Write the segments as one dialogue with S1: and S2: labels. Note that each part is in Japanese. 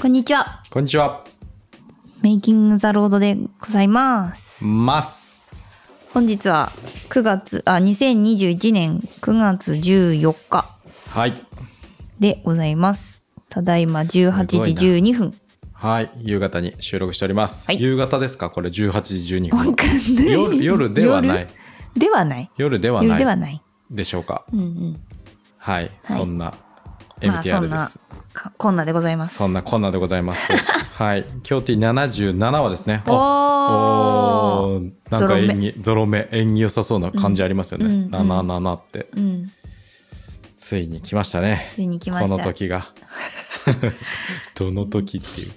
S1: こんにちは。
S2: こんにちは。
S1: メイキングザロードでございます。
S2: ます。
S1: 本日は9月、あ、2021年9月14日
S2: はい。
S1: でございます。ただいます
S2: ごいな
S1: 18時12分。
S2: はい。夕方に収録しております。
S1: はい
S2: 夕方ですかこれ18時12
S1: わ
S2: 分。
S1: かんない。
S2: 夜夜ではない。
S1: 夜ではない。
S2: 夜では
S1: 夜
S2: な
S1: ではいない。
S2: でしょうか。
S1: うんうん。
S2: はい。
S1: はい
S2: そんな
S1: まあそ
S2: MTR
S1: ん
S2: です。
S1: な
S2: そん
S1: かこんなでございます。
S2: なこんなでござ います。はい。今日 T77 話ですね。
S1: おー
S2: おーなんか縁起、ゾロ目、縁起良さそうな感じありますよね。
S1: うんうんうん
S2: 77って。
S1: うん。
S2: ついに来ましたね。
S1: ついに来ました
S2: この 時が。どの時っていう。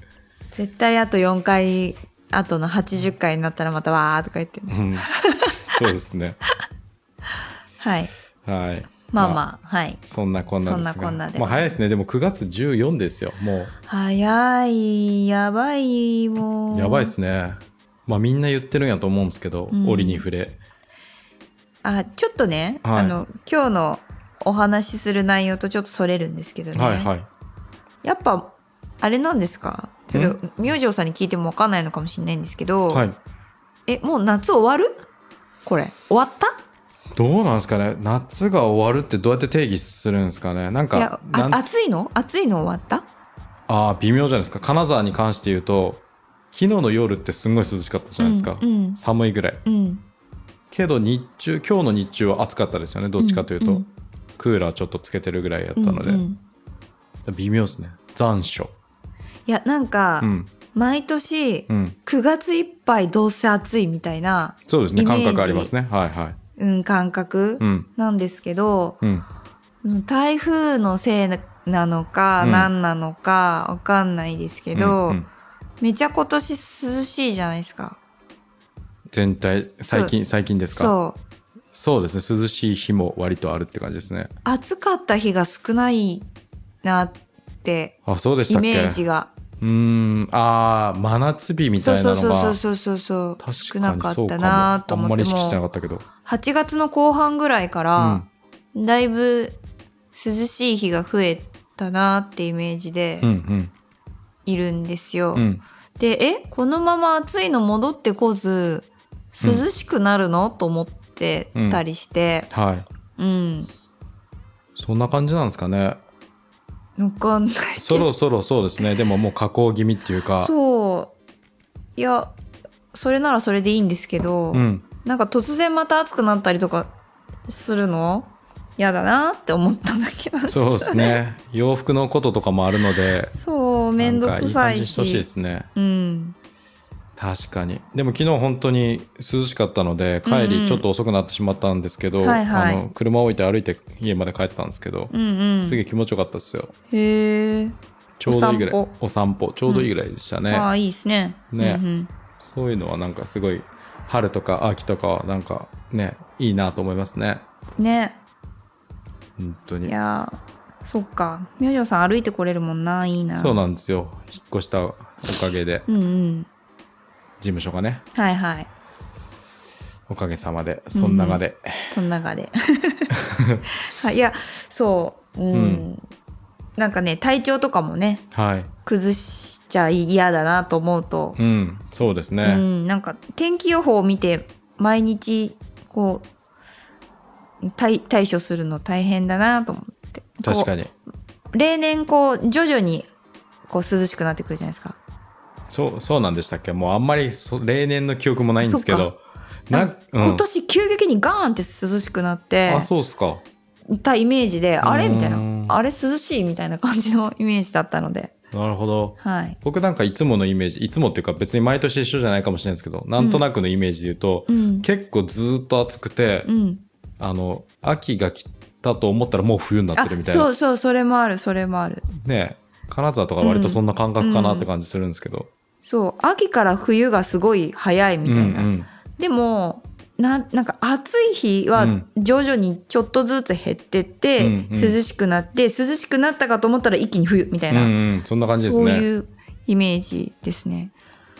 S1: 絶対あと4回、あとの80回になったらまたわーとか言ってね。
S2: うん、そうですね。
S1: はい。
S2: はい。
S1: まあまあ、はい。
S2: そんなこんなですが
S1: そんなこんなで
S2: まあ早いですね。でも9月14ですよ。も
S1: 早い、やばい、も
S2: う
S1: う。
S2: やばいですね。まあみんな言ってるんやと思うんですけど、
S1: うん
S2: 折に触れ。
S1: あちょっとね、
S2: は
S1: あ
S2: い
S1: の今日のお話しする内容とちょっとそれるんですけどね、
S2: はいはい。
S1: やっぱあれなんですかちょっと明星さんに聞いても分かんないのかもしれないんですけど、
S2: はい。
S1: えもう夏終わるこれ終わった
S2: どうなんですかね。夏が終わるってどうやって定義するんですかね。なん
S1: い
S2: か
S1: や、
S2: な
S1: あ
S2: んあ
S1: 暑いの暑いの終わった
S2: あー微妙じゃないですか。金沢に関して言うと、昨日の夜ってすんごい涼しかったじゃないですか。
S1: うんうん
S2: 寒いぐらい。
S1: うん
S2: けど日中、今日の日中は暑かったですよね。どっちかというと、
S1: うんうん
S2: クーラーちょっとつけてるぐらいやった
S1: うん
S2: ので。
S1: うん
S2: 微妙ですね残暑
S1: いやなんか、
S2: うん
S1: 毎年
S2: うん
S1: 9月いっぱいどうせ暑いみたいな、
S2: そうですね
S1: イメー
S2: 感
S1: ジ
S2: 覚ありますねはいはい
S1: うん、感覚
S2: うん
S1: なんですけど、
S2: うん
S1: 台風のせいなのか、
S2: うん
S1: 何なのかわかんないですけど、
S2: うんうん
S1: めちゃ今年涼しいじゃないですか。
S2: 全体最近最近ですかそう
S1: そう
S2: ですね涼しい日も割とあるって感じですね
S1: 暑かった日が少ないなって
S2: あそうでし
S1: イ
S2: たっけ
S1: メージが
S2: うーんあー真夏日みた
S1: そう
S2: い
S1: そ
S2: な
S1: う
S2: の
S1: そう
S2: が
S1: そうそうそう少
S2: 確
S1: な
S2: か
S1: か
S2: に
S1: っ
S2: そう
S1: た
S2: か
S1: な
S2: も
S1: と
S2: あ
S1: 思
S2: ん
S1: っ
S2: ま
S1: て
S2: り意識してな
S1: も
S2: かったけど
S1: 8月の後半ぐらいから、だいぶ涼しい日が増えたなってイメージで
S2: うんうん
S1: いるんですよ。
S2: うんうん
S1: でえこのまま暑いの戻ってこず涼しくなるの、と思ってたりして
S2: はい
S1: うん
S2: そんな感じなんですかね
S1: わかんない
S2: そろそろそうですねでももう下降気味っていうか
S1: そういやそれならそれでいいんですけど、
S2: うん
S1: なんか突然また暑くなったりとかするの嫌だなって思ったんだけど
S2: そうですね洋服のこととかもあるので
S1: そうめんどくさい
S2: なんかいい感じ
S1: し
S2: してほしいですね
S1: うん
S2: 確かにでも昨日本当に涼しかったので帰
S1: うんうん
S2: りちょっと遅くなってしまったんですけど、
S1: はいはい
S2: あの車を置いて歩いて家まで帰ったんですけど、
S1: うんうん
S2: すげえ気持ちよかったですよ
S1: へえ
S2: ちょうどいいぐらい
S1: お
S2: お
S1: 散
S2: 散歩ちょうどいいぐらいでしたね、
S1: ああいいですね
S2: ね
S1: うんうん
S2: そういうのはなんかすごい春とか秋とかはなんかねいいなと思いますね
S1: ね
S2: 本当
S1: い
S2: に
S1: やーそっか明星さん歩いてこれるもんないいな
S2: そうなんですよ引っ越したおかげで事
S1: うんうん
S2: 務所がね
S1: はいはい
S2: おかげさまでそんな中で、
S1: その中 ではいいやそううん、
S2: うん
S1: なんかね体調とかもね
S2: はい
S1: 崩しちゃ嫌だなと思うと、
S2: うんそうです
S1: う
S2: ね、
S1: ん、なんか天気予報を見て毎日こう対対処するの大変だなと思って
S2: 確か
S1: に
S2: に
S1: 例年こう徐々にこう涼しくなってくるじゃないですか
S2: そうそうなんでしたっけもうあんまりそ例年の記憶もないんですけどなうん
S1: 今年急激にガーンって涼しくなって
S2: あそうっすか
S1: たイメージであれみたいな
S2: うん
S1: あれ涼しいみたいな感じのイメージだったので
S2: なるほど
S1: はい
S2: 僕なんかいつものイメージいつもっていうか別に毎年一緒じゃないかもしれないんですけどなんとなくのイメージで言うと、
S1: うん
S2: 結構ずーっと暑くて、
S1: うん
S2: あの秋が来たと思ったらもう冬になっ
S1: あ
S2: てるみたい
S1: そ
S2: な
S1: うそうそれもあるそれもある
S2: ね金沢とか割とそんな感覚かなって感じするんですけど、
S1: そう秋から冬がすごい早いみたいな、
S2: うんうん
S1: でもななんか暑い日は
S2: うん
S1: 徐々にちょっとずつ減ってって、
S2: うんうん
S1: 涼しくなって涼しくなったかと思ったら一気に冬みたい
S2: うん
S1: な、
S2: うんそんな感じです
S1: そう
S2: ね
S1: いうイメージですね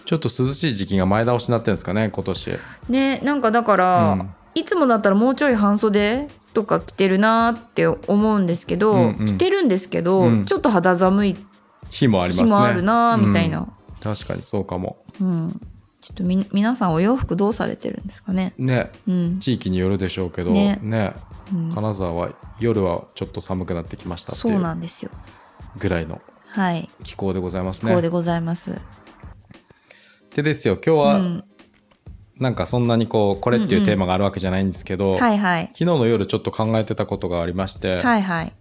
S2: ちょっと涼しい時期が前倒しになってるんですかね今年
S1: ねなんかだから、
S2: うん
S1: いつもだったらもうちょい半袖とか着てるなーって思うんですけど、
S2: うんうん
S1: 着てるんですけど、
S2: うん
S1: ちょっと肌寒い
S2: 日もあります
S1: 日
S2: ね。
S1: もあるなみたいな、
S2: うん確かにそうかも。
S1: うんちょっとみ皆さんお洋服どうされてるんですかね
S2: ね、
S1: うん、
S2: 地域によるでしょうけど、ね
S1: ね、うん
S2: 金沢は夜はちょっと寒くなってきましたって
S1: そ
S2: いうう
S1: なんですよ
S2: ぐらいの
S1: はい
S2: 気候でございます
S1: こうで
S2: ね。
S1: ございます、
S2: でですよ、今日
S1: う
S2: は
S1: ん、
S2: なんかそんなにこうこれってい
S1: ん
S2: う
S1: う
S2: うんテーマがあるわけじゃないんですけど、
S1: はいはい
S2: 昨日の夜ちょっと考えてたことがありまして、
S1: はいはい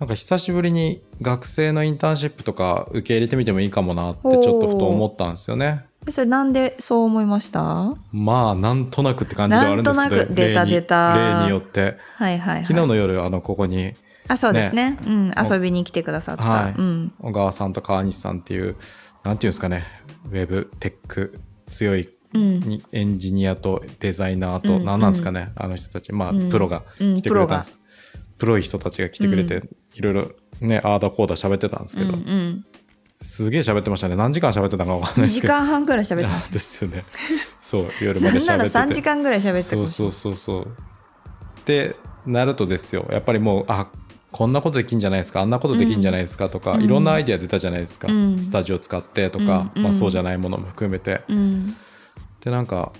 S2: なんか久しぶりに学生のインターンシップとか受け入れてみてもいいかもなってちょっとふと思ったんですよね。
S1: でそれなんでそう思いました
S2: まあなんとなくって感じではあるんですけど
S1: なんとなく出た
S2: 例に
S1: 出た
S2: 例によって
S1: はいはい、はい、
S2: 昨日の夜あのここに
S1: あそうですねうん
S2: お
S1: 遊びに来てくださった、
S2: はい
S1: うん
S2: 小川さんと川西さんっていうなんていうんですかねウェブテック強い
S1: うん
S2: にエンジニアとデザイナーと、
S1: うん
S2: 何なんですかね、あの人たちまあ、
S1: うん
S2: プロが
S1: うん
S2: 来てくれたんです
S1: プ
S2: プロい人たちが来てくれて、
S1: う
S2: いろいろねああだこうだ喋ってたんです
S1: う
S2: け
S1: んう
S2: ど、
S1: ん
S2: すげえ喋ってましたね何時間喋ってたのかわかん
S1: 2
S2: ないです
S1: 時
S2: けど
S1: 間半ぐらい喋ってま
S2: あ
S1: し
S2: ですよねそう夜
S1: た
S2: ま
S1: な
S2: で
S1: んな
S2: 喋
S1: ら
S2: ってて
S1: 3時間ぐらい喋って
S2: そう
S1: ました
S2: そうそうそうってなるとですよやっぱりもうあこんなことできんじゃないですかあんなことできんじゃないですかとか、
S1: うん
S2: いろんなアイデア出たじゃないですか、
S1: うん
S2: スタジオ使ってとか、
S1: うん
S2: まあ、
S1: うん
S2: そうじゃないものも含めて、
S1: うん
S2: でなんか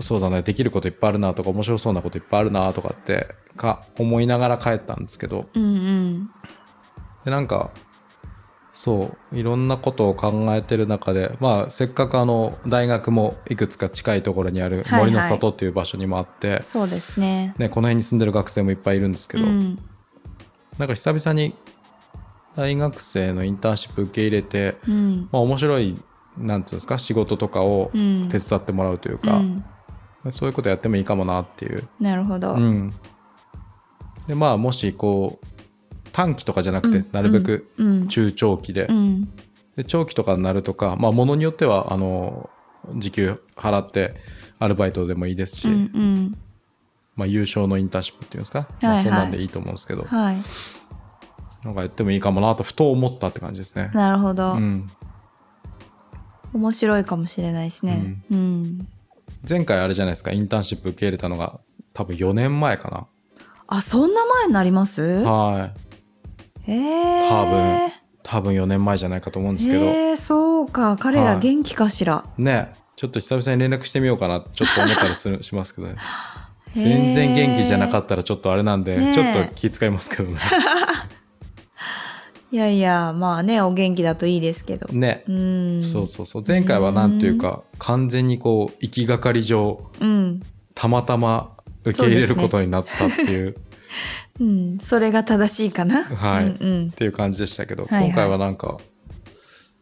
S2: そうだねできることいっぱいあるなとか面白そうなこといっぱいあるなとかってか思いながら帰ったんですけど
S1: うんうん
S2: でなんかそういろんなことを考えてる中で、まあ、せっかくあの大学もいくつか近いところにある森の
S1: はいは
S2: 里っていう場所にもあって、
S1: そうですね
S2: ね、この辺に住んでる学生もいっぱいいるんですけど、
S1: うん
S2: なんか久々に大学生のインターンシップ受け入れて、
S1: うん
S2: まあ、面白いなんていうんですか仕事とかを
S1: うん
S2: 手伝ってもらうという
S1: う
S2: か、
S1: ん
S2: そういうことやってもいいかもなっていう。
S1: なるほど、
S2: うん、でまあもしこう短期とかじゃなく
S1: うん
S2: てなるべく
S1: うん
S2: 中長期で,、
S1: うん
S2: で長期とかになるとか、まあ、ものによってはあの時給払ってアルバイトでもいいですし、
S1: うんうん
S2: まあ、優勝のインターンシップっていうんですか、
S1: はいはい
S2: まあ、そんなんでいいと思うんですけど、
S1: はい
S2: なんかやってもいいかもなとふと思ったって感じですね。
S1: なるほど、
S2: うん、
S1: 面白いかもしれないですねうん、
S2: 前回あれじゃないですかインターンシップ受け入れたのが多分4年前か
S1: あそんな前になります
S2: なはい
S1: へえ
S2: 多分多分4年前じゃないかと思うんですけど、
S1: へえそうか彼
S2: は
S1: ら
S2: い
S1: 元気かしら、
S2: ねちょっと久々に連絡してみようかなちょっと思ったりするしますけどね
S1: へー
S2: 全然元気じゃなかったらちょっとあれなんで、
S1: ねえ
S2: ちょっと気遣いますけどね
S1: いやいやまあねお元気だといいですけど
S2: ね
S1: う、ん
S2: そうそうそう前回はなんていうか完全にこう行きがかり上
S1: うん、
S2: たまたま受け入れることになったっていう
S1: うん、それが正しいかな
S2: はい
S1: うんうん
S2: っていう感じでしたけど、
S1: はいはい
S2: 今回はなんか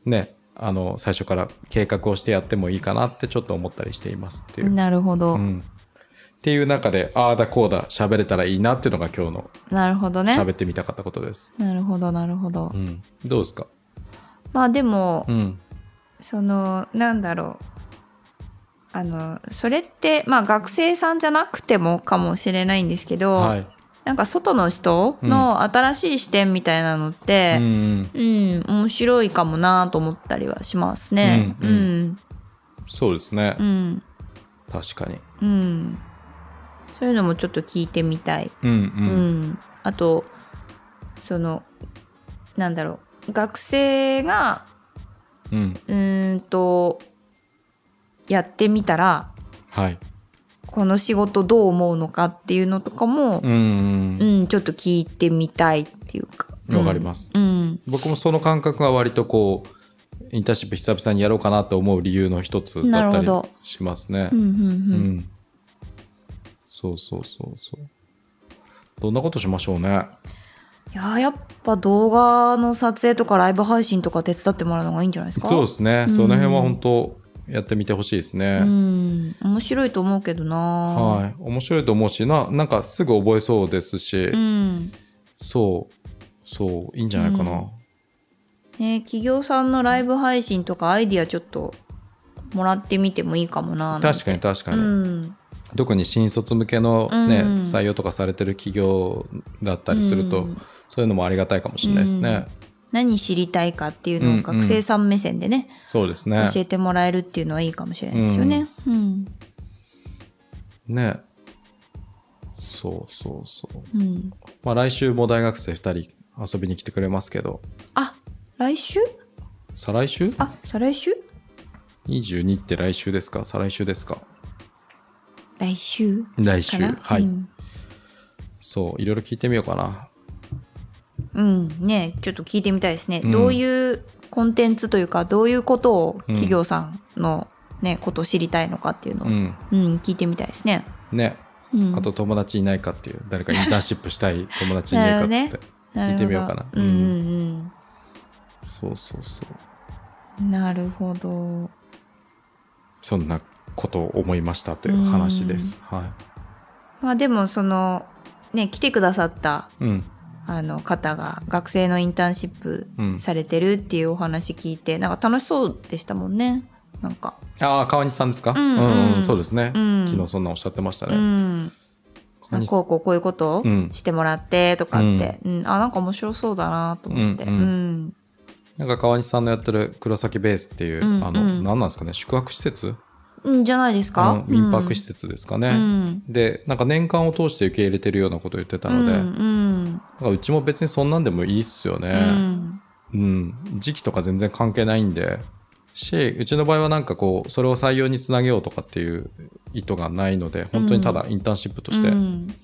S2: ねあの最初から計画をしてやってもいいかなってちょっと思ったりしていますっていう。
S1: なるほど、
S2: うんっていう中でああだこうだ喋れたらいいなっていうのが今日の
S1: なるほどね
S2: 喋ってみたかったことです。
S1: なるほどなるほど、
S2: うん、どうですか、
S1: まあでも、
S2: うん
S1: そのなんだろうあのそれってまあ学生さんじゃなくてもかもしれないんですけど、
S2: はい
S1: なんか外の人の新しい視点みたいなのっ
S2: うん
S1: て、
S2: うん、
S1: うん面白いかもなと思ったりはしますね。
S2: う
S1: うんん
S2: そうですね、
S1: うん
S2: 確かに。
S1: うんそういうのもちょっと聞いてみたい。
S2: うんう
S1: うん
S2: ん
S1: あとそのなんだろう学生が
S2: うん
S1: うーんとやってみたら
S2: はい。
S1: この仕事どう思うのかっていうのとかも
S2: う、んうん
S1: う
S2: わ、
S1: んちょっと聞いてみたいっていうか。
S2: かります。
S1: うん、
S2: 僕もその感覚は割とこうインターンシップ久々にやろうかなと思う理由の一つだった
S1: な
S2: り
S1: るほど
S2: しますね。
S1: うんうんう
S2: うんん、そうそうそうそうどんなことしましょう
S1: い
S2: ね
S1: やーやっぱ動画の撮影とかライブ配信とか手伝ってもらうのがいいんじゃないですか
S2: そうですね、
S1: うん
S2: その辺は本当やってみてほしいですね、
S1: うん面白いと思うけどなは
S2: はい面白いと思うしななんかすぐ覚えそうですし、
S1: うん
S2: そうそういいんじゃないかな、
S1: うんね、企業さんのライブ配信とかアイディアちょっともらってみてもいいかもな
S2: 確かに確かに、
S1: うん
S2: 特に新卒向けのね、
S1: うん
S2: 採用とかされてる企業だったりすると、
S1: うん
S2: そういうのもありがたいかもしれないですね、
S1: 何知りたいかっていう
S2: うん
S1: の
S2: うん
S1: を学生さん目線でね、
S2: そうですね
S1: 教えてもらえるっていうのはいいかもしれないですよね。うん
S2: ねそうそうそう
S1: うん
S2: まあ、来週も大学生2人遊びに来てくれますけど
S1: あ来週
S2: 再来週
S1: あ再来週
S2: ?22 って来週ですか再来週ですか
S1: 来週
S2: 来週。
S1: かな
S2: はい、
S1: うん、
S2: そう、いろいろ聞いてみようかな。
S1: うんねちょっと聞いてみたいですね、
S2: うん
S1: どういうコンテンツというかどういうことを企業さんの、ねことを知りたいのかっていうのを、
S2: う
S1: うん
S2: ん。
S1: 聞いてみたいですね、
S2: ね。
S1: うん、
S2: あと友達いないかっていう、誰かインターンシップしたい友達いないかっ
S1: なる
S2: つ
S1: ほ
S2: っ
S1: ど
S2: て。
S1: なる
S2: 聞
S1: ほど
S2: いてみようかな
S1: うんうん
S2: そうそうそう。
S1: うんなるほど
S2: そんなことを思いましたという話です。は
S1: まあでもそのね来てくださった
S2: い。うん。
S1: あの方が学生のインターンシップ
S2: うん
S1: されてるっていうお話聞いて、なんか楽しそうでしたもんねなんか、
S2: ああ、川西さんですか、
S1: うん
S2: うん
S1: うん
S2: そうですね、
S1: うん
S2: 昨日そんなおっしゃってました
S1: う
S2: ね。
S1: ん、
S2: 川西さ
S1: こ
S2: ん
S1: うこうこういうことを
S2: うん
S1: してもらってとかって、うんあなんか面白そうだなと思って、
S2: う
S1: うんん
S2: うんなんか川西さんのやってる黒崎ベースっていう、
S1: うん
S2: あの、
S1: うん
S2: 何なんですかね、宿泊施設
S1: うんじゃないですか、
S2: うん民泊施設ですかね。
S1: うん
S2: で、なんか年間を通して受け入れてるようなことを言ってたので、
S1: う
S2: うん
S1: うん
S2: うちも別にそんなんでもいいっすよ
S1: う
S2: ね。
S1: ん
S2: うん、時期とか全然関係ないんで、し、うちの場合はなんかこう、それを採用につなげようとかっていう意図がないので、本当にただインターンシップとして、
S1: うん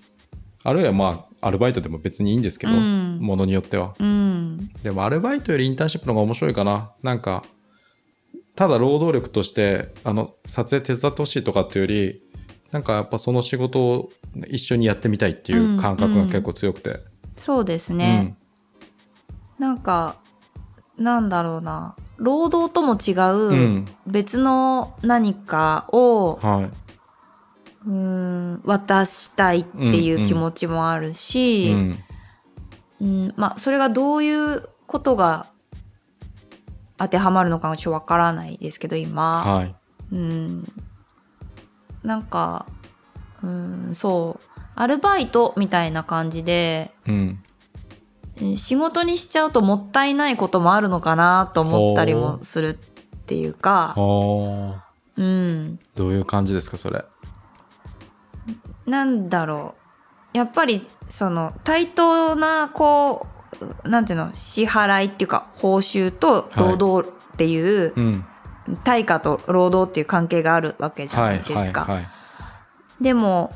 S2: あるいはまあ、アルバイトでも別にいいんですけど、
S1: うん
S2: ものによっては。
S1: うん
S2: でもアルバイトよりインターンシップの方が面白いかな。なんか、ただ労働力として、あの、撮影手伝ってほしいとかっていうより、なんかやっぱその仕事を一緒にやってみたいっていう感覚が結構強くて。
S1: そうです
S2: うん。
S1: ね、なんかなんだろうな労働とも違
S2: うん。
S1: う別の何かを、
S2: は
S1: うーん渡したいっていう気持ちもある
S2: い。
S1: し、う
S2: う
S1: ん
S2: ん。
S1: まあ、それがどういうことが当てはまるのかがちょっとわからないですけど今、
S2: はい。
S1: うん、なんかうんそうアルバイトみたいな感じで
S2: うん。
S1: うん仕事にしちゃうともったいないこともあるのかなと思ったりもするっていうか、
S2: ああ。
S1: うん、
S2: どういう感じですか、それ。
S1: なんだろうやっぱりその対等なこうなんていうの支払いっていうか報酬と労働っていう、
S2: うん。
S1: 対価と労働っていう関係があるわけじゃ
S2: は。
S1: ないいで
S2: はい。
S1: すか。
S2: はい。
S1: でも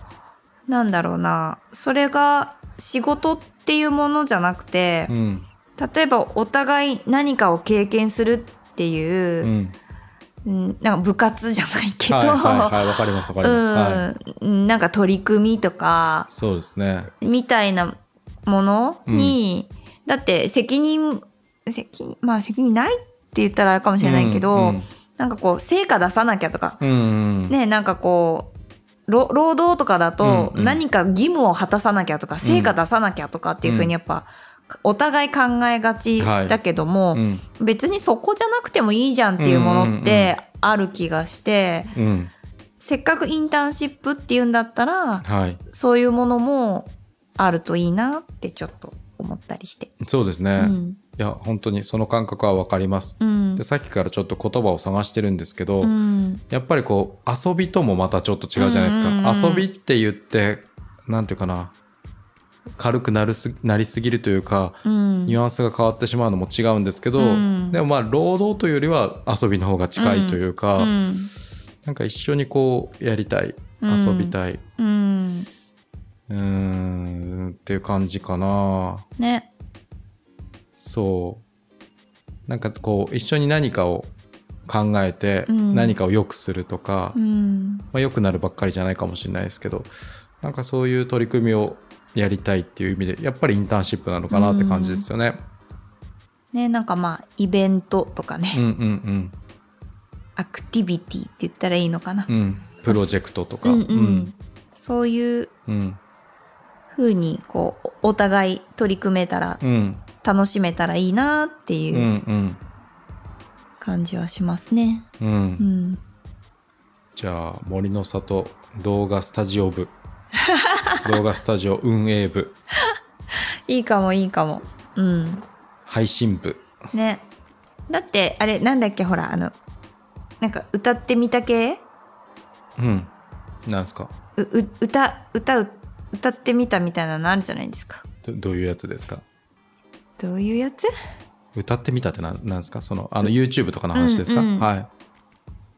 S1: なんだろうなそれが仕事っていうものじゃなくて、
S2: うん。
S1: 例えばお互い何かを経験するって
S2: う
S1: いう、
S2: ん。
S1: うん、なんか部活じゃないけど、
S2: はい。はい。はい。わかります。わかります。はい。
S1: うんなんか取り組みとか
S2: そうですね。
S1: みたいなものに、だって責任責任まあ責任ないって言ったらあれかもしれないけど、
S2: うん。
S1: なんかこう成果出さなきゃとか、
S2: うんうん。うん
S1: ねなんかこう労労働とかだと
S2: うんうん
S1: 何か義務を果たさなきゃとか、成果出さなきゃとかっていうふうにやっぱ、お互い考えがちだけども、
S2: うん。
S1: 別にそこじゃなくてもいいじゃんっていうものっ
S2: うんうんうん
S1: てある気がして、
S2: うん。
S1: せっかくインターンシップっていうんだったら
S2: はい。
S1: そういうものもあるといいなってちょっと思ったりして。
S2: そうですね。
S1: うん
S2: いや本当にその感覚は分かります。
S1: うん
S2: でさっきからちょっと言葉を探してるんですけど、
S1: うん
S2: やっぱりこう遊びともまたちょっと違うじゃないですか。
S1: うんうんうん
S2: 遊びって言ってなんていうかな軽くなるすなりすぎるというか
S1: うん
S2: ニュアンスが変わってしまうのも違うんですけど、
S1: うん
S2: でもまあ労働というよりは遊びの方が近いというか、
S1: うん
S2: なんか一緒にこうやりたい
S1: うん
S2: 遊びたい、
S1: うん
S2: うーんっていう感じかな。
S1: ね
S2: そうなんかこう一緒に何かを考えて
S1: うん
S2: 何かを良くするとか、
S1: うん
S2: まあ、良くなるばっかりじゃないかもしれないですけどなんかそういう取り組みをやりたいっていう意味でやっぱりインターンシップなのかなって感じですよね。
S1: ねなんかまあイベントとかね、
S2: うんうん
S1: アクティビティって言ったらいいのかな
S2: うん、う、ん、プロジェクトとか。
S1: うんうんそういう
S2: うん
S1: ふうにこうおお互い取り組めたら
S2: うん
S1: 楽しめたらいいなって
S2: うん
S1: い
S2: う
S1: うん感じはしますね。
S2: うん
S1: う、ん、
S2: じゃあ森の里動画スタジオ部 動画スタジオ運営部
S1: いいかもいいかも。うん、
S2: 配信部
S1: ねだってあれなんだっけほらあのなんか歌ってみた系
S2: うんなんですか
S1: うう歌歌う歌ってみたみたいなのあるじゃないですか。
S2: どどういうやつですか
S1: どういうやつ
S2: 歌ってみたってなんなんですかそのあの YouTube とかの話ですか、
S1: うんうん
S2: はい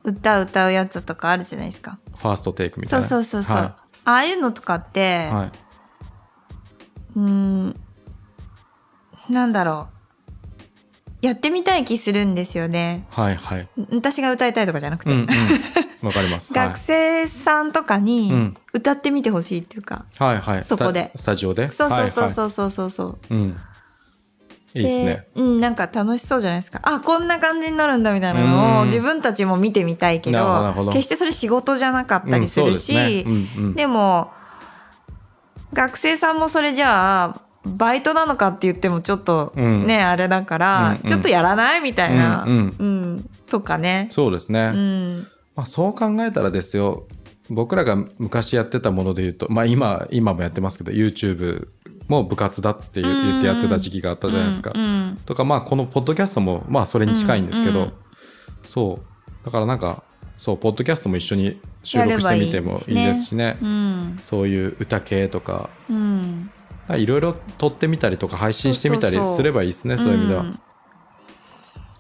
S1: 歌歌うやつとかあるじゃないですか
S2: ファーストテイクみた
S1: そ
S2: いうな
S1: そうそうそう、
S2: は
S1: ああいうのとかって、
S2: い、は
S1: うーんなんだろうやってみたい気するんですよね
S2: い、はいはい
S1: 私が歌いたいとかじゃなくて、
S2: うんうんわかり ます
S1: 学生さんとか
S2: う
S1: に
S2: ん
S1: 歌ってみてほしいっていうか、
S2: はい、はいはい
S1: そこで
S2: スタスタジオで
S1: そうそうそうそううそうそうそう
S2: はいはい、うんいいですね
S1: うん、なんか楽しそうじゃないですかあこんな感じになるんだみたいなの
S2: う
S1: を
S2: ん
S1: 自分たちも見てみたいけど
S2: なるほどなるほど
S1: 決してそれ仕事じゃなかった
S2: う
S1: り
S2: ん
S1: す
S2: そう
S1: る
S2: です
S1: し、
S2: ねうんうん
S1: でも学生さんもそれじゃあバイトなのかって言ってもちょっとね、
S2: うん
S1: あれだから、
S2: うんうん
S1: ちょっとやらないみたいな、
S2: うんうん
S1: うんとかね。
S2: そうですね、
S1: うん
S2: まあ、そう考えたらですよ僕らが昔やってたもので言うと、まあ、今今もやってますけど YouTube も部活だっつって言う
S1: うんうん
S2: 言ってやってた時期があったじゃないですか。
S1: うんうん
S2: とかまあこのポッドキャストもまあそれに近いんですけど、
S1: うんうん
S2: そうだからなんかそうポッドキャストも一緒に収録してみてもいいですしね
S1: うん
S2: そういう歌系とか
S1: うん
S2: なんかいろいろ撮ってみたりとか配信してみたり
S1: そうそうそう
S2: すればいいですねそういう意味では。
S1: ん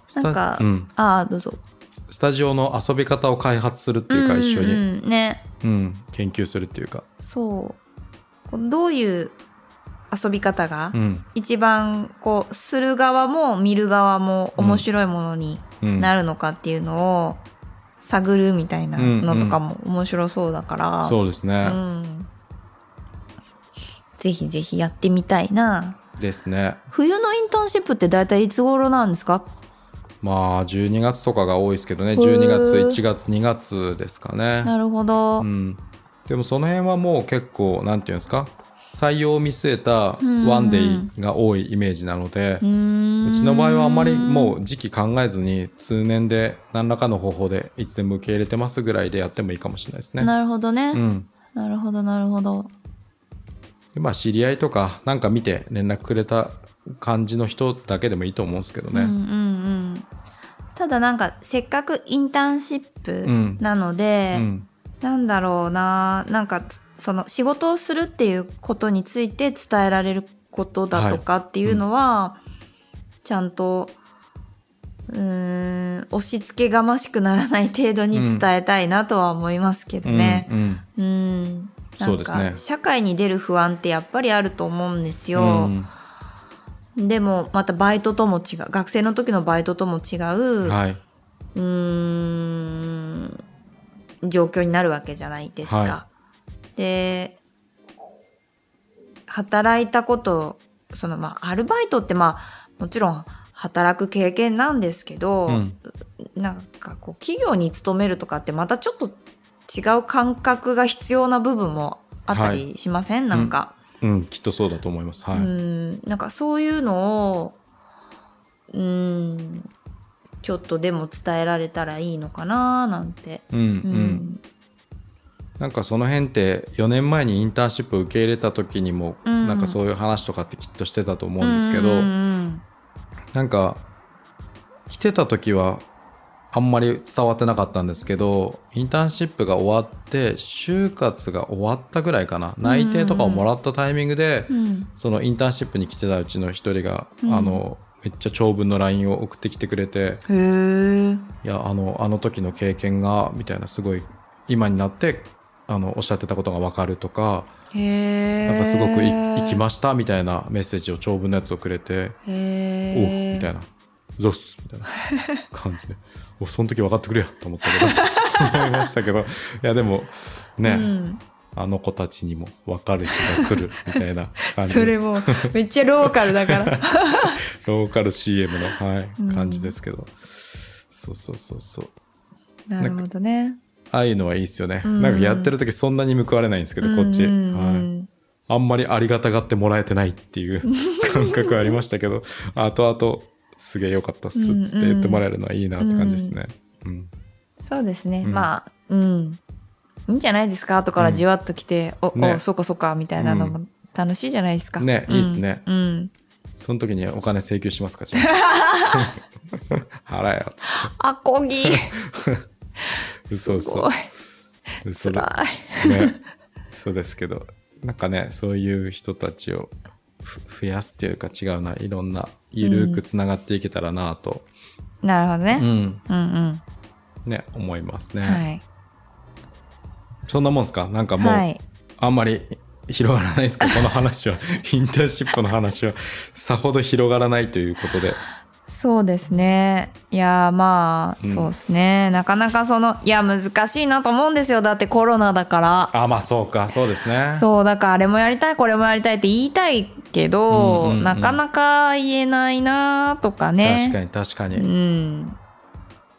S2: スタ
S1: なんか
S2: うん
S1: ああどうぞ。
S2: スタジオの遊び方を開発するっていうか一緒に、
S1: うんうんうんね
S2: うん、研究するっていうか。
S1: そうこうどういう遊び方が
S2: うん
S1: 一番こうする側も見る側も面白いものに
S2: うん
S1: なるのかっていうのを探るみたいなのとかも面白そうだから、
S2: そうです
S1: う
S2: ね、
S1: んぜひぜひやってみたいな
S2: ですね
S1: 冬のインターンシップって大体いつ頃なんですか
S2: まあ12月とかが多いですけどね
S1: へー
S2: 12月1月2月ですかね
S1: なるほど、
S2: うんでもその辺はもう結構なんていうんですか採用を見据えた
S1: うん
S2: ワンデイが多いイメージなので
S1: うーん
S2: うちの場合はあんまりもう時期考えずに通年で何らかの方法でいつでも受け入れてますぐらいでやってもいいかもしれないですね。
S1: なるほどね、
S2: うん
S1: なるほどなるほど
S2: でまあ知り合いとかなんか見て連絡くれた感じの人だけでもいいと思うんですけど
S1: うんう
S2: ね。
S1: んうんただなんかせっかくインターンシッ
S2: うん
S1: プなので、
S2: うん
S1: なんだろうななんかつその仕事をするっていうことについて伝えられることだとかっていうのは、ちゃんとうーん押し付けがましくならない程度に伝えたいなとは思いますけどね。
S2: うんうん
S1: うん、な
S2: そうんですね
S1: か社会に出る不安ってやっぱりあると思うんですよ。
S2: うん
S1: でもまたバイトとも違う学生の時のバイトとも違う、
S2: はい、
S1: うーん状況になるわけじゃないですか。
S2: は
S1: で働いたことそのまあアルバイトってまあもちろん働く経験なんですけど、
S2: うん
S1: なんかこう企業に勤めるとかってまたちょっと違う感覚が必要な部分もあったりしません、なんか。
S2: うん、きっとそうだと思います。はい、
S1: うんなんかそういうのをうんちょっとでも伝えられたらいいのかななんて。
S2: うん、うん、なんかその辺って4年前にインターンシップ受け入れた時にも、
S1: うん
S2: なんかそういう話とかってきっとしてたと思うんですけど、
S1: うんうん
S2: なんか来てた時はあんまり伝わってなかったんですけどインターンシップが終わって就活が終わったぐらいかな内定とかをもらったタイミングで、
S1: うんうん
S2: そのインターンシップに来てたうちの一人が、
S1: うん
S2: あのめっちゃ長文の LINE を送ってきてくれて。
S1: へえ
S2: いやあのあの時の経験がみたいなすごい今になってあのおっしゃってたことが分かるとか
S1: へえ
S2: なんかすごくい生き
S1: す
S2: ましたみたいなメッセージを長文のやつをくれて
S1: へ
S2: 「
S1: え
S2: おみたいな「どうっす」みたいな感じで 「おその時分かってくれや」と思ったけど思いましたけどいやでもね、
S1: うん
S2: あの子たちにも分かる人が来るみたいな感じ
S1: それもめっちゃローカルだ から
S2: ローカル CM の、はい
S1: うん
S2: 感じですけどそうそうそうそう
S1: なるほどね
S2: ああいうのはいいですよね、
S1: うん
S2: なんかやってる時そんなに報われないんですけど、こっち、
S1: うんうんうん
S2: はい、あんまりありがたがってもらえてないっていう 感覚ありましたけど後々すげえ良かったっすっつって言ってもらえるのはいいなって感じですね。うん
S1: そうですね、
S2: うん
S1: まあうんいいんじゃないですかとからじわっと来て、お、
S2: ね
S1: おそうかそうかみたいなのも楽しいじゃないですか、
S2: ね
S1: うん
S2: いいっすね
S1: うん
S2: その時にお金請求しますかじゃあ 払えよっつっ
S1: あこぎ
S2: て嘘
S1: す
S2: 嘘
S1: ごい
S2: 嘘
S1: つ
S2: だ
S1: らい
S2: ねそうですけどなんかねそういう人たちをふ増やすっていうか違うないろんな緩くつながっていけたらなと、
S1: なるほど
S2: うん
S1: ね。うんうん。
S2: ね思いますね、
S1: はい。
S2: そんなもんすかなんかもう、
S1: はい。
S2: あんまり広がらないですかこの話はインターンシップの話はさほど広がらないということで
S1: そうですね。いやーまあ、
S2: うん
S1: そうですね。なかなかその、いや、難しいなと思うんですよ。だってコロナだから。
S2: あまあそうかそうですね
S1: そう、だからあれもやりたい、これもやりたいって言いたいけど、
S2: うんうんうん
S1: なかなか言えないなとかね。
S2: 確かに確かに、
S1: うん。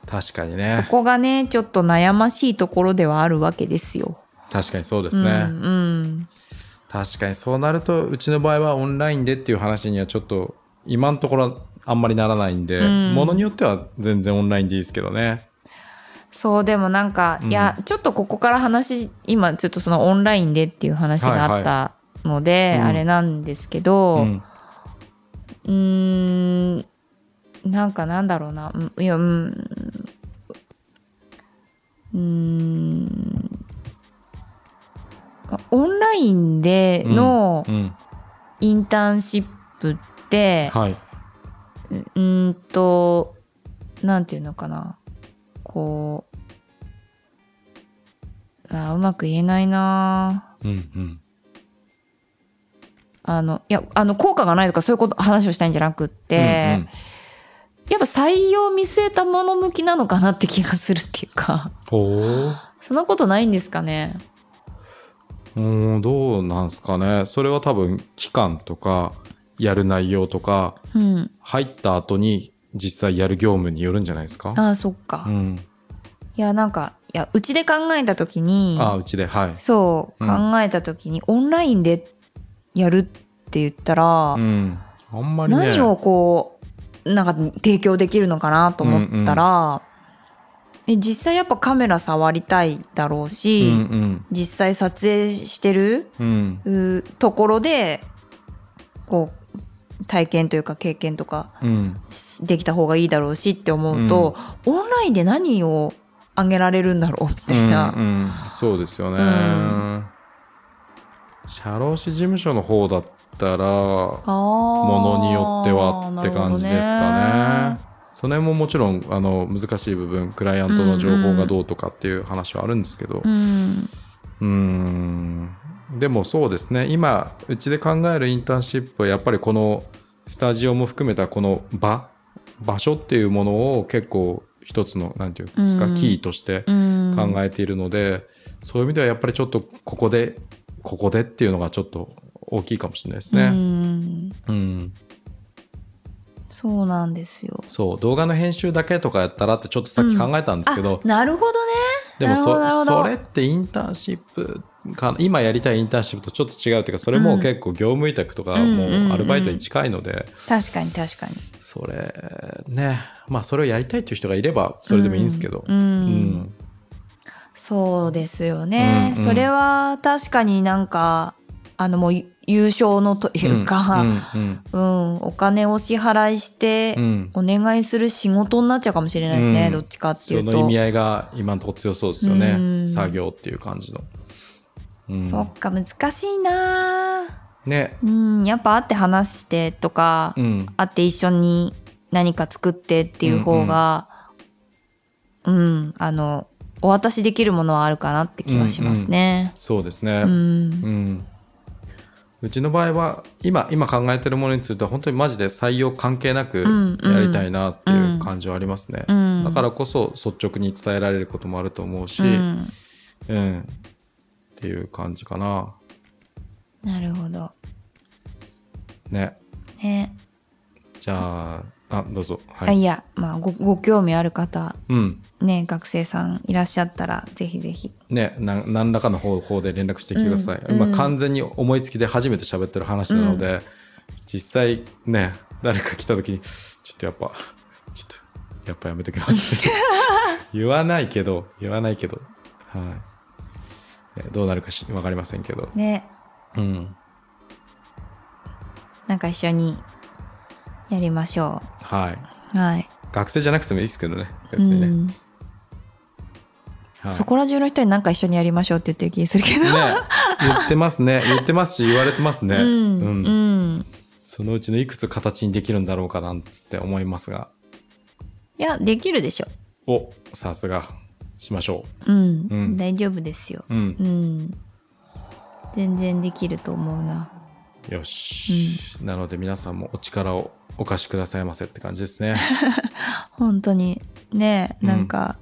S2: 確かに
S1: そ
S2: ね
S1: こがね、ちょっと悩ましいところではあるわけですよ。
S2: 確かにそうですね、
S1: うん、うん。
S2: 確かにそうなるとうちの場合はオンラインでっていう話にはちょっと今のところあんまりならないんで、
S1: うん
S2: ものによっては全然オンラインでいいですけどね
S1: そうでもなんか、
S2: うん
S1: いやちょっとここから話今ちょっとそのオンラインでっていう話があったので、
S2: はいはいうん
S1: あれなんですけど
S2: ん、
S1: うーんなんかなんだろうなうんいやうんうーんオンラインでの
S2: うんうん
S1: インターンシップって、
S2: はい、
S1: うーんとなんていうのかなこうあーうまく言えないな
S2: うんうん、
S1: あのいやあの効果がないとかそういうこと話をしたいんじゃなくって、
S2: うんうん
S1: やっぱ採用見据えたもの向きなのかなって気がするっていうか
S2: ほ
S1: そんなことないんですかね
S2: ううんどうなんすかねそれは多分期間とかやる内容とか
S1: うん
S2: 入った後に実際やる業務によるんじゃないですか
S1: ああそっか、
S2: う
S1: い
S2: ん、
S1: やなんかいやうちで考えた時に
S2: あうちではい、
S1: そう
S2: うん
S1: 考えた時に、オンラインでやるって言ったら、
S2: うん、あんまりね
S1: 何をこうなんか提供できるのかなと思ったら、え実際やっぱカメラ触りたいだろう
S2: う
S1: し、
S2: ん
S1: 実際撮影してる
S2: うんうん
S1: うーところでこう体験というか経験とか
S2: うん
S1: しできた方がいいだろうしって思うと、オンラインで何をあげられるんだろうみたいな。
S2: うんうん、そうですよね、
S1: うん
S2: 社労士事務所の方だったらも
S1: あー
S2: のによってはって感じです
S1: な
S2: か
S1: る
S2: ねその辺ももちろんあの難しい部分クライアントの情報がどうとかっていう話はあるんですけど、
S1: ほどねうん
S2: うーんでもそうですね今うちで考えるインターンシップはやっぱりこのスタジオも含めたこの場場所っていうものを結構一つの何て言うんですか、
S1: うん
S2: キーとして
S1: うん
S2: 考えているので、そういう意味ではやっぱりちょっとここでここでっていうのがちょっと大きいかもしれないです
S1: う
S2: ね。
S1: ん
S2: うん
S1: そうなんですよ。
S2: そう動画の編集だけとかやったらってちょっとさっき考えたんですけど、
S1: あなるほどね
S2: でもそ
S1: なるほどなるほど
S2: それってインターンシップか今やりたいインターンシップとちょっと違うというかそれも結構業務委託とか
S1: うん
S2: も
S1: うんうんう
S2: うんアルバイトに近いので、
S1: 確かに確かに
S2: それねまあそれをやりたいっていう人がいればそれでもいいんですけど、
S1: うん
S2: う
S1: うん
S2: ん
S1: そうですよね、
S2: うんうん
S1: それは確かになんかあのもう優勝のという
S2: う
S1: か、
S2: んうん
S1: うんお金を支払いして
S2: うん
S1: お願いする仕事になっちゃうかもしれないですね、
S2: うん
S1: どっちかってい
S2: そう
S1: と
S2: の意味合いが今のところ強そうですよね、
S1: うん
S2: 作業っていう感じの。うん
S1: そっか難しいな
S2: ね、
S1: うんやっぱ会って話してとか、
S2: うん、
S1: 会って一緒に何か作ってっていう方がうん、あのお渡しできるものはあるかなって気はしますね。
S2: そうですね、
S1: うん
S2: うん、うちの場合は今今考えてるものについては本当にマジで採用関係なく
S1: んうん
S2: やりたいなっていう感じはありますね、
S1: うん
S2: だからこそ率直に伝えられることもあると思う
S1: う
S2: し、うん
S1: ん
S2: っていう感じかな
S1: なるほど。
S2: ね
S1: ね。
S2: じゃああどうぞはい、
S1: あいや、まあご、ご興味ある方、
S2: うん
S1: ね、学生さんいらっしゃったら、ぜひぜひ。
S2: ね、な何らかの方法で連絡してきてください、
S1: うん
S2: 今
S1: うん
S2: 完全に思いつきで初めて喋ってる話なので、実際ね誰か来た時にちょっとやっぱちょっとやっぱやめときます、 ね、言わないけど言わないけど、はいね、どうなるかし分かりませんけど、
S1: ね、
S2: うん、
S1: なんか一緒にやりましょ。
S2: はいう
S1: はい。
S2: 学生じゃなくてもいいですけどね別にね、
S1: うん
S2: はい
S1: そこら中の人になんか一緒にやりましょうって言ってる気がするけど。
S2: ね言ってますね言ってますし言われてますね
S1: うん、うん。
S2: そのうちのいくつ形にできるんだろうかなんつって思いますが。
S1: いやできるでしょ
S2: お、さすが。しましょ
S1: うん、
S2: うん
S1: 大丈夫ですよ
S2: う。うん。
S1: うん全然できると思うな
S2: よし、なので皆さんもお力をお貸しくださいませって感じで すね。
S1: 本当にね
S2: うん
S1: なんか、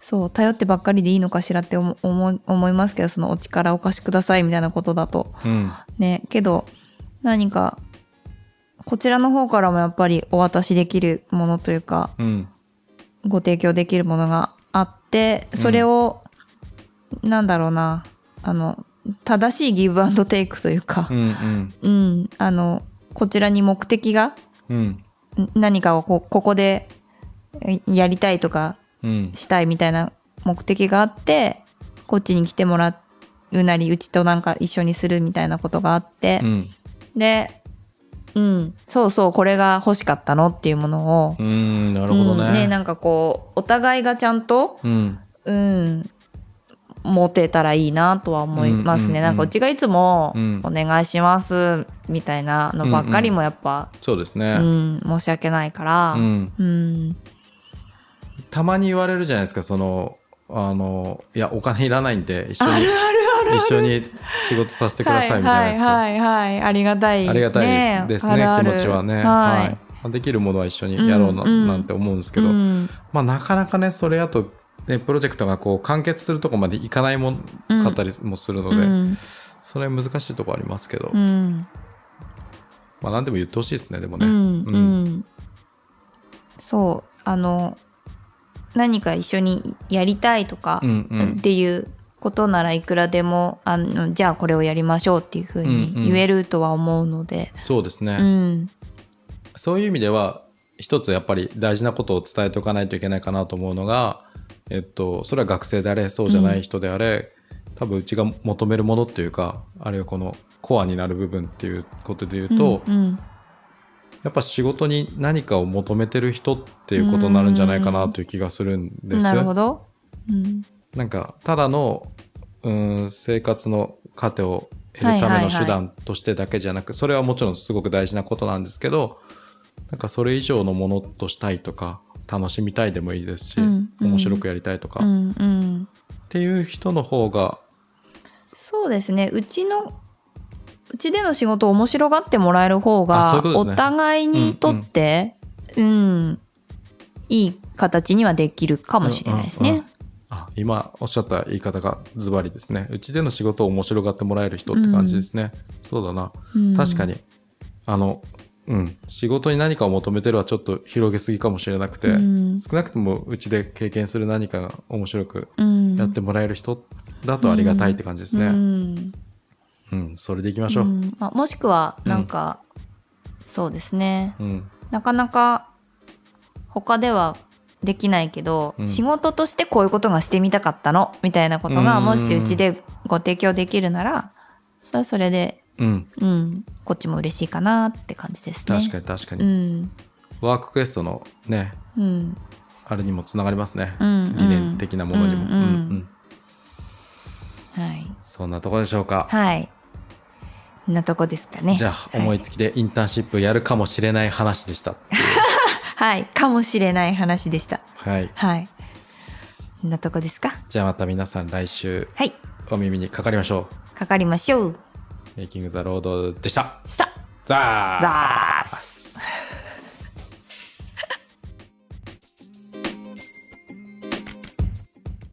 S1: そう頼ってばっかりでいいのかしらって思思い思いますけどそのお力お貸しくださいみたいなことだと
S2: うん。
S1: ねけど何かこちらの方からもやっぱりお渡しできるものというか
S2: うん。
S1: ご提供できるものがあってそれを、なんだろうなあの正しいギブアンドテイクというか
S2: う、ん。う
S1: う
S2: ん。
S1: んあのこちらに目的が
S2: うん。
S1: ん何かをこここでえやりたいとか
S2: うん。
S1: したいみたいな目的があってこっちに来てもらうなりうちとなんか一緒にするみたいなことがあって
S2: う、ん。
S1: で、うん、そうそうこれが欲しかったのっていうものを、
S2: うん。なるほど
S1: うんね
S2: ね。
S1: なんかこうお互いがちゃんと、
S2: うん。
S1: うん、持てたらいいなとは思いますね、
S2: うんうんうん
S1: なんかうちがいつも
S2: うん
S1: 「お願いします」みたいなのばっかりもやっぱ、
S2: そうです
S1: う
S2: ね。
S1: ん申し訳ないから、
S2: うん
S1: うん
S2: たまに言われるじゃないですか、その、あの、いや、お金いらないんで、一緒
S1: あ
S2: に
S1: る、あるある
S2: 一緒に仕事させてくださいみたいなやつ。
S1: はいはいはいはいありがたい
S2: ありがたいです,、ですね
S1: あるある
S2: 気持ちはね、
S1: はい
S2: いできるものは一緒にやろうな,、
S1: うんうん
S2: なんて思うんですけど、
S1: うん
S2: まあ、なかなかねそれあと、ね、プロジェクトがこう完結するとこまでいかないもん
S1: うん
S2: かったりもするの
S1: う
S2: で、
S1: ん
S2: それは難しいとこありますけど、
S1: うん
S2: まあ、何でも言ってほしいですねでも
S1: う
S2: ね。
S1: ん
S2: う
S1: うんんそうあの何か一緒にやりたいとか
S2: うんう
S1: っ
S2: ん
S1: ていうことならいくらでもあのじゃあこれをやりましょうっていうふうに
S2: うんうん
S1: 言えるとは思うので
S2: そうですね、
S1: うん
S2: そういう意味では一つやっぱり大事なことを伝えておかないといけないかなと思うのが、えっと、それは学生であれそうじゃない人であれ、多分うちが求めるものっていうかあるいはこのコアになる部分っていうことで言うと、
S1: うん
S2: やっぱ仕事に何かを求めてる人っていうことになるんじゃないかなという気がする
S1: う
S2: んで
S1: ん
S2: す。
S1: なるほどうん
S2: なんかただのうん生活の糧を得るた
S1: はい
S2: め
S1: は
S2: の
S1: いはい
S2: 手段としてだけじゃなく、それはもちろんすごく大事なことなんですけどなんかそれ以上のものとしたいとか楽しみたいでもいいですし、
S1: うんうん
S2: 面白くやりたいとか、
S1: う
S2: っ
S1: んうん
S2: ていう人の方が
S1: そうですねうちのうちでの仕事を面白がってもらえる方
S2: あそうい
S1: が
S2: うこと
S1: お
S2: ですね
S1: 互いにとってうん、いい形にはできるかもしれないですね。
S2: うんうんうんあ今おっしゃった言い方がズバリですねうちでの仕事を面白がってもらえる人って感じですね、そうだな
S1: うん
S2: 確かに、あのうん仕事に何かを求めてるはちょっと広げすぎかもしれなくて、
S1: うん
S2: 少なくともうちで経験する何かが面白く
S1: うん
S2: やってもらえる人だとありがたいって感じですね。う、
S1: うんん
S2: それでいきましょう。
S1: う
S2: うん、
S1: んまあ、もしくはなんか、そうですね
S2: うん、
S1: なかなか他ではできないけど、
S2: うん
S1: 仕事としてこういうことがしてみたかったのみたいなことが
S2: うん
S1: もしうちでご提供できるならそれはそれでうん、こっちも嬉しいかなって感じですね。
S2: 確かに確かに、
S1: うん、
S2: ワーククエストのね、
S1: うん、
S2: あれにもつながりますね。
S1: うんうん
S2: 理念的なものにも、
S1: うん
S2: うん
S1: うん
S2: うん
S1: はい。
S2: そんなとこでしょうか。
S1: はい。んなとこですかね。
S2: じゃあ、思いつきでインターンシップやるかもしれない話でした。
S1: はい、かもしれない話でした。
S2: はい。
S1: はい。んなとこですか。
S2: じゃあまた皆さん来週
S1: はい、
S2: お耳にかかりましょう。
S1: かかりましょう。
S2: メイキングザロードでした。
S1: した。
S2: ザー
S1: ザース。